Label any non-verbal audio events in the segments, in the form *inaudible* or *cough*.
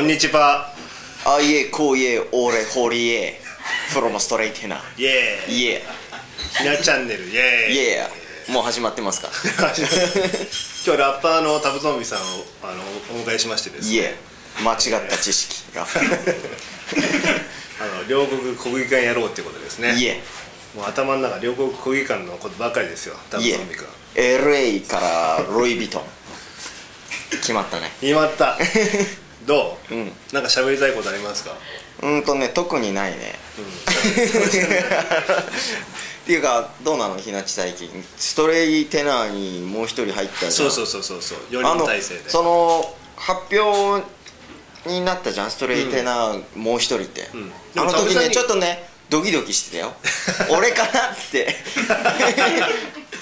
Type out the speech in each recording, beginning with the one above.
んにちは。あいえこういえ俺ホリエ from ストレイテナイエーイ。イエひなチャンネル、イエーイイ。 *laughs* イエーもう始まってますか今日ラッパーのタブゾンビさんをあのお迎えしましてですイねエー間違った知識があの両国国技館やろうってことですねイエもう頭の中両国国技館のことばかりですよターブイエゾンビ君ー LA からロイ・ヴィトン決まったね決まった *laughs* どう、うんなんか喋りたいことありますかうんとね特にないね *laughs* っていうかどうなのひなち最近ストレイテナーにもう一人入ったじゃんそうそうそうそうそう4あ人の体制でその発表になったじゃんストレイテナー、もう一人って、んあの時でも多ね分ちょっとねドキドキしてたよ俺かなって *laughs*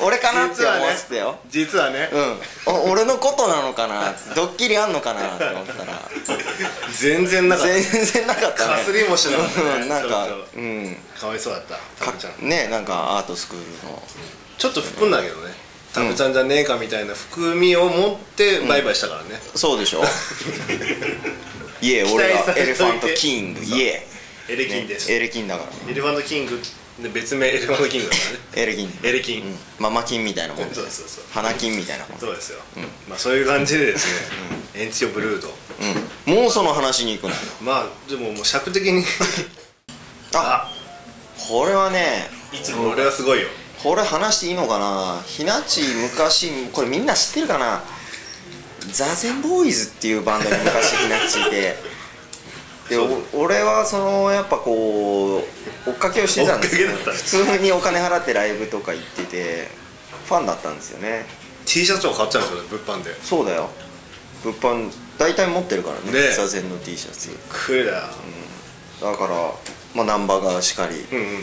俺かなって実は思ねってたよ、実はね、うんお俺のことなのかなドッキリあんのかなって思ったら *laughs* 全然なかった全然なかったねかすりもしなかったねうんなんちかょっとうんかわいそうだったタブちゃんねなんかアートスクールのちょっと含んだけどねタブちゃんじゃねえかみたいな含みを持ってバイバイしたからね、そう *laughs* でしょいえ俺期待させといがてエレファントキングいえエレキンです、エレキンだからエレファントキングで別名エレファントキングだからねエレキンエレキン、うんママ金みたいなもんそうそうそう花金みたいなもんそうですよ、まあそういう感じでですね、エンチオブルードうんもうその話に行くのまあでももう尺的に *laughs* ああこれはねいつも俺はすごいよこれ話していいのかなひなち昔これみんな知ってるかなザゼンボーイズっていうバンドに *laughs* 昔ひなちいてでお俺はそのやっぱこう追っかけをしてたんですよ、追っかけだっ普通にお金払ってライブとか行っててファンだったんですよね T シャツを買っちゃうんですよね物販でそうだよ物販大体持ってるからねねえ座禅の T シャツクーラーだから、まあ、ナンバーがしかりうんうんうん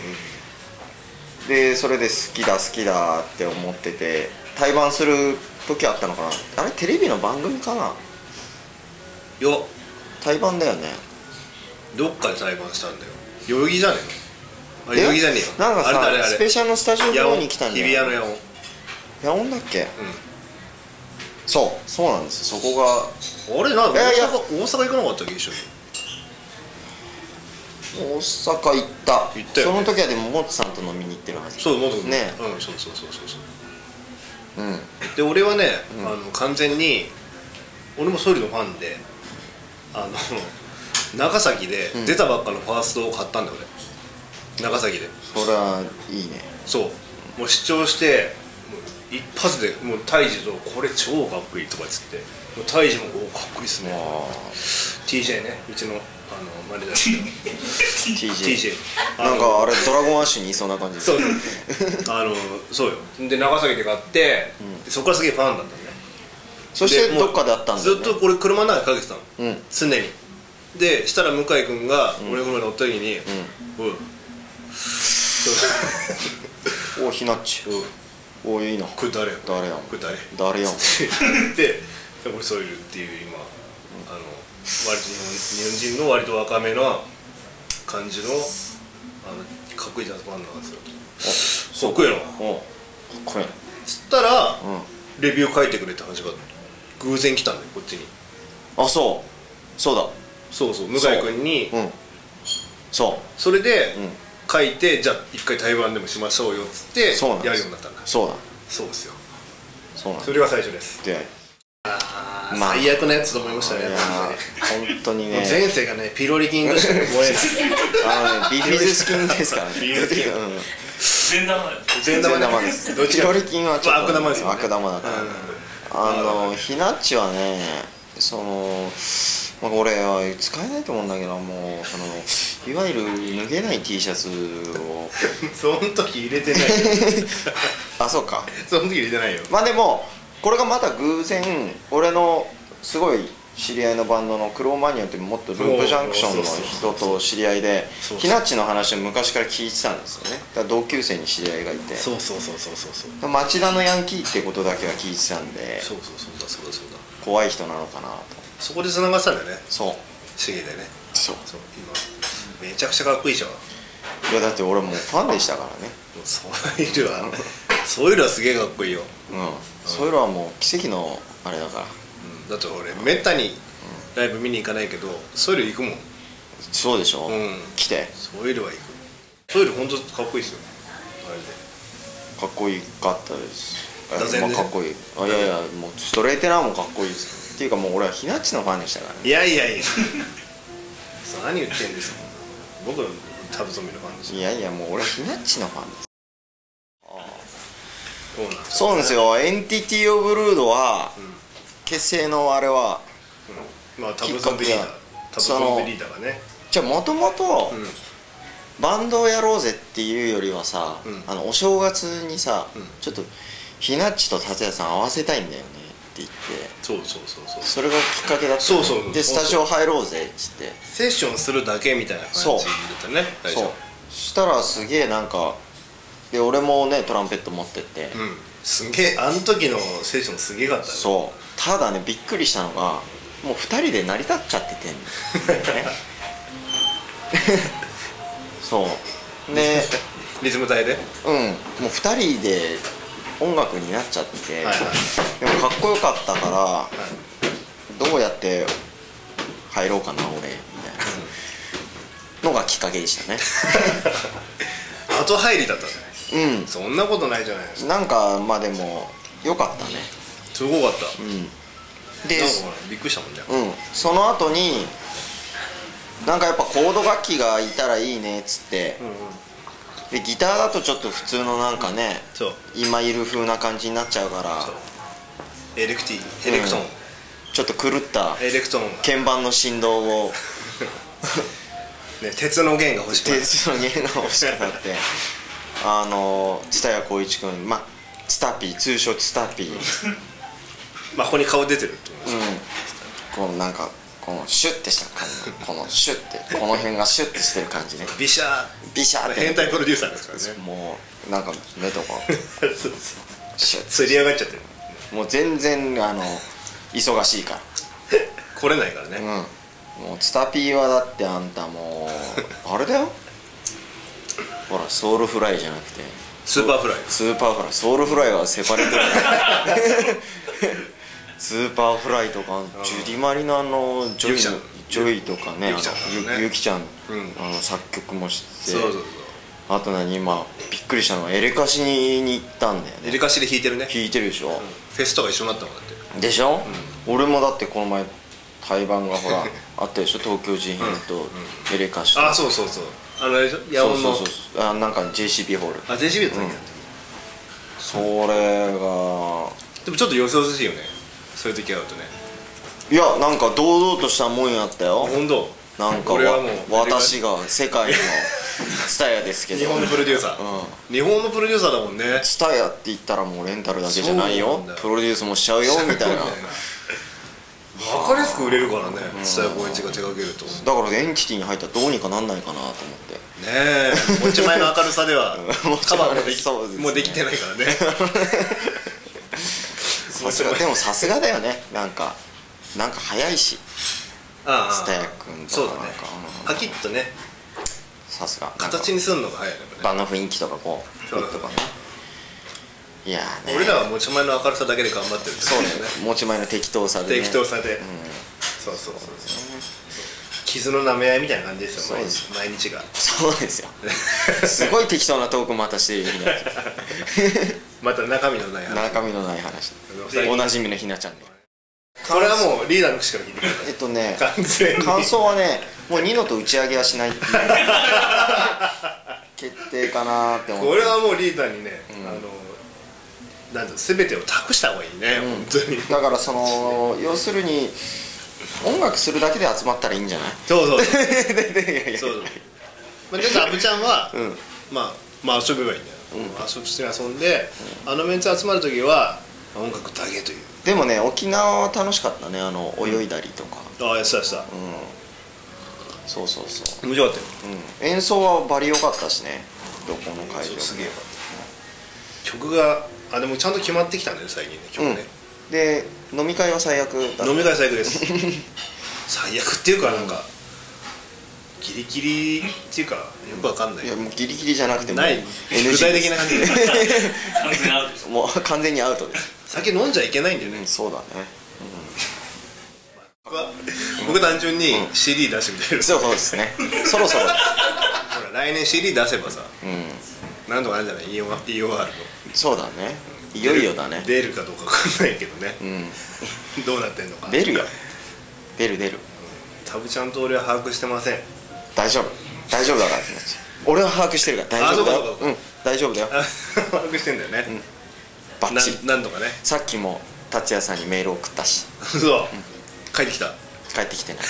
でそれで好きだ好きだって思ってて対バンする時あったのかなあれテレビの番組かなよ対バンだよねどっかで裁判したんだよ代々木じゃねえのあれえ代々木じゃねえよなんかさあれだあれあスペれシャルのスタジオのヤ方オに来たんじ日ゃ比ん谷ヤのヤオンオンだっけ、そうそうなんですよそこがあれなんかいやいや大阪大阪行かなかったっけ一緒に大阪行った行ったよそねの時はでもモッツさんと飲みに行ってるはずそうもっとねうんそうそうそうそうそううんで俺はね、あの完全に俺もソリのファンであの長崎で出たばっかのファーストを買ったんだよ俺長崎でそれはいいねそうもう視聴してもう一発でもう胎児と「これ超かっこいい」とかっつってもう胎児も「おーかっこいいっすねあ」 TJ ねうちのあのマネージャーですけど TJ TJ あのなんかあれドラゴンアッシュにいそうな感じそうあのそうよで長崎で買って、でそこからすげえファンだったのねそしてでもどうっかであったんだずよ、ね、っとこれ車の中でかけてたの、うん常にでしたら向井君が俺の車に乗った時に「おいおひなっちおいおいいなこれ誰よ誰やんこれ誰?」誰やん *laughs* でで俺そういるっていう今あの割と日本日本人の割と若めな感じのあのかっこいいジャズバンドなんですよかっこいいなおこれつったら、うレビュー書いてくれって話が偶然来たんだよこっちにんあそうそうだそうそう向井君にうんそそれでうん書いて、じゃあ一回対バンでもしましょうよっつってそうなんですやるようになったんだうそうだそうですよそうなんそれが最初です出会いあー最悪なやつと思いましたねいやー本当にも *laughs* うね前世がねピロリ菌としか燃えないあのねビフィズス菌ですからねビフィズス菌うん全然ない善善玉ですどっちピかロリ菌はちょっまとあ悪玉ですよね悪玉だからあのひなっちはねその、まあ、俺は使えないと思うんだけどもうそのいわゆる脱げない T シャツを *laughs* その時入れてない *laughs* あそうかその時入れてないよまあでもこれがまた偶然俺のすごい知り合いのバンドのクローマニアンってもっとループジャンクションの人と知り合いでそうそうひなっちの話を昔から聞いてたんですよねだから同級生に知り合いがいてそうそうそうそうそうそう町田のヤンキーってことだけは聞いてたんでそうそうそうだそうだそうだ怖い人なのかなとそこで繋がってたんだよねそうシゲでねそうそう今めちゃくちゃかっこいいじゃんもいやだって俺もうファンでしたからねうそういうのはそういうのはすげえかっこいいようん、そういうのはもう奇跡のあれだからだって俺めったにライブ見に行かないけどソイル行くもんそうでしょ、うん来てソイルは行くソイル本当かっこいいですよあれでかっこいいかったですあ座禅まあ、でかっこいいあいやいやもうストレートラーもかっこいいですっていうかもう俺はひなっちのファンでしたからねいやいやいやそう何言ってんですか僕はタブトミのファンですよいやいやもう俺はひなっちのファンですそうなんですそうなんですよエンティティ・オブ・ルードは、ん結成のあれはまあタブゾンビリーダータブそのゾンビリーダーがねじゃあもともとうんバンドをやろうぜっていうよりはさ、うんあのお正月にさ、んちょっとひなっちと達也さん合わせたいんだよねって言ってそうそうそうそうそれがきっかけだったそうそうでそうスそうタジオ入ろうぜっつってセッションするだけみたいな感じだったね最そう初したらすげえなんかで俺もねトランペット持ってって、うんすげえあの時のセッションすげえかったねそうただねびっくりしたのがもう2人で成り立っちゃっててんだよね *laughs* そうでリズム体でうんもう2人で音楽になっちゃってて、はいはいでもかっこよかったから、どうやって入ろうかな俺みたいなのがきっかけでしたね *laughs* 後入りだったねうんそんなことないじゃないですかなんかまあでもよかったねすごかったうんでなんかほらびっくりしたもんねうんその後になんかやっぱコード楽器がいたらいいねっつってうんうんでギターだとちょっと普通のなんかねそう今いる風な感じになっちゃうからそうエレクティエレクトンうんちょっと狂ったエレクトンが鍵盤の振動をね鉄の弦が欲しくなる鉄の芸能をしくなって *laughs* あの蔦谷浩一君まあツタピー通称ツタピーまあここに顔出てるって思いますうんこのなんかこのシュッてした感じこのシュッてこの辺がシュッてしてる感じねビシャービシャーって変態プロデューサーですからねもうなんか目とか *laughs* そうそうシュッ釣り上がっちゃってるもう全然あの忙しいか来れないからねらうんもうツタピーはだってあんたもうあれだよほらソウルフライじゃなくてスーパーフライスーパーフライソウルフライはセパレートだよ *laughs* スーパーフライとかジュディ・マリナのジョゆきちゃんイジョイとかねゆきちゃんだもんねあのゆゆきちゃん、うんあの作曲もしてそうそうそうあと何今びっくりしたのはエレカシに行ったんだよねエレカシで弾いてるね弾いてるでしょ、フェスとか一緒になったもんだってでしょ、俺もだってこの前対バンがほ *laughs* らあったでしょ東京事変とエレカシと、あそうそうそうあのあれでしょ野そう音そうのそうそうあなんか JCB ホールあ JCB だったっけそれがでもちょっと予想ずしいよねそういう時会うとねいやなんか堂々としたもんやったよ本当なんか俺はわもう私が世界のツタヤですけ日ど本のプロデューサー、うん日本のプロデューサーだもんねツタヤって言ったらもうレンタルだけじゃないそうよなんだよプロデュースもしちゃうよみたいな分かりやすく売れるからね蔦谷光一が手掛けるとねだからエンティティに入ったらどうにかなんないかなと思ってえ持ち前の明るさで *laughs* はうんカバーもできそうですねもうできてないからね *laughs* さすがでもさすがだよねなんかなんか早いしああ蔦谷君そうとだかねなんかうんパキッとねさすがなんか形にするのが早いからね場の雰囲気とかこうそうだねとかねいやーね俺らは持ち前の明るさだけで頑張ってるそうだよね持ち前の適当さで、ね、適当さで、うんそうそうそう傷の舐め合いみたいな感じですよ毎そ日毎日がそうですよすごい適当なトークまたしてるよひな *laughs* また中身のないちゃん話中身のない話でおなじみのひなちゃんでこれはもうリーダーの口から聞いてくださえっと *laughs* ねい完全に感想はねもう二度と打ち上げはしないっていう決定かなって思っ *laughs* こてれはもうリーダーにね、あのなんだ全てを託した方がいいね、本当にだからその要するに音楽するだけで集まったらいいんじゃないそうそうそうででいやい *laughs* やそうそうまあ、ちょっとアブちゃんは、んまあまあ遊べばいいんだよ、遊び普通に遊んで、あのメンツ集まる時は音楽だけというでもね沖縄は楽しかったねあの泳いだりとか、ああやってたやってた、そうそうそ面白かったよう、うん、演奏はバリ良かったしねどこの会場そうもすげえよかった曲があでもちゃんと決まってきたね最近ね曲ね、うん、で飲み会は最悪だった飲み会最悪です *laughs* 最悪っていうかなんか、ギリギリっていうかよくわかんないいやもうギリギリじゃなくてもうない具体的な感じで *laughs* 完全アウトですもう完全にアウトです酒飲んじゃいけないんだようねんそうだね僕は僕単純に CD 出してみてる、そうそうですねそろそろほら来年 CD 出せばさうんなんとかなるんじゃない EOR, EOR のそうだねいよいよだね出るかどうか分かんないけどねうんどうなってんのか出るよ出る出るタブちゃんと俺は把握してません大丈夫大丈夫だからひなち俺は把握してるから大丈夫だあそうよかそううかん大丈夫だよあ *laughs* 把握してんだよね、バッなチリなんとかねさっきも達也さんにメール送ったしそう帰ってきた帰ってきてない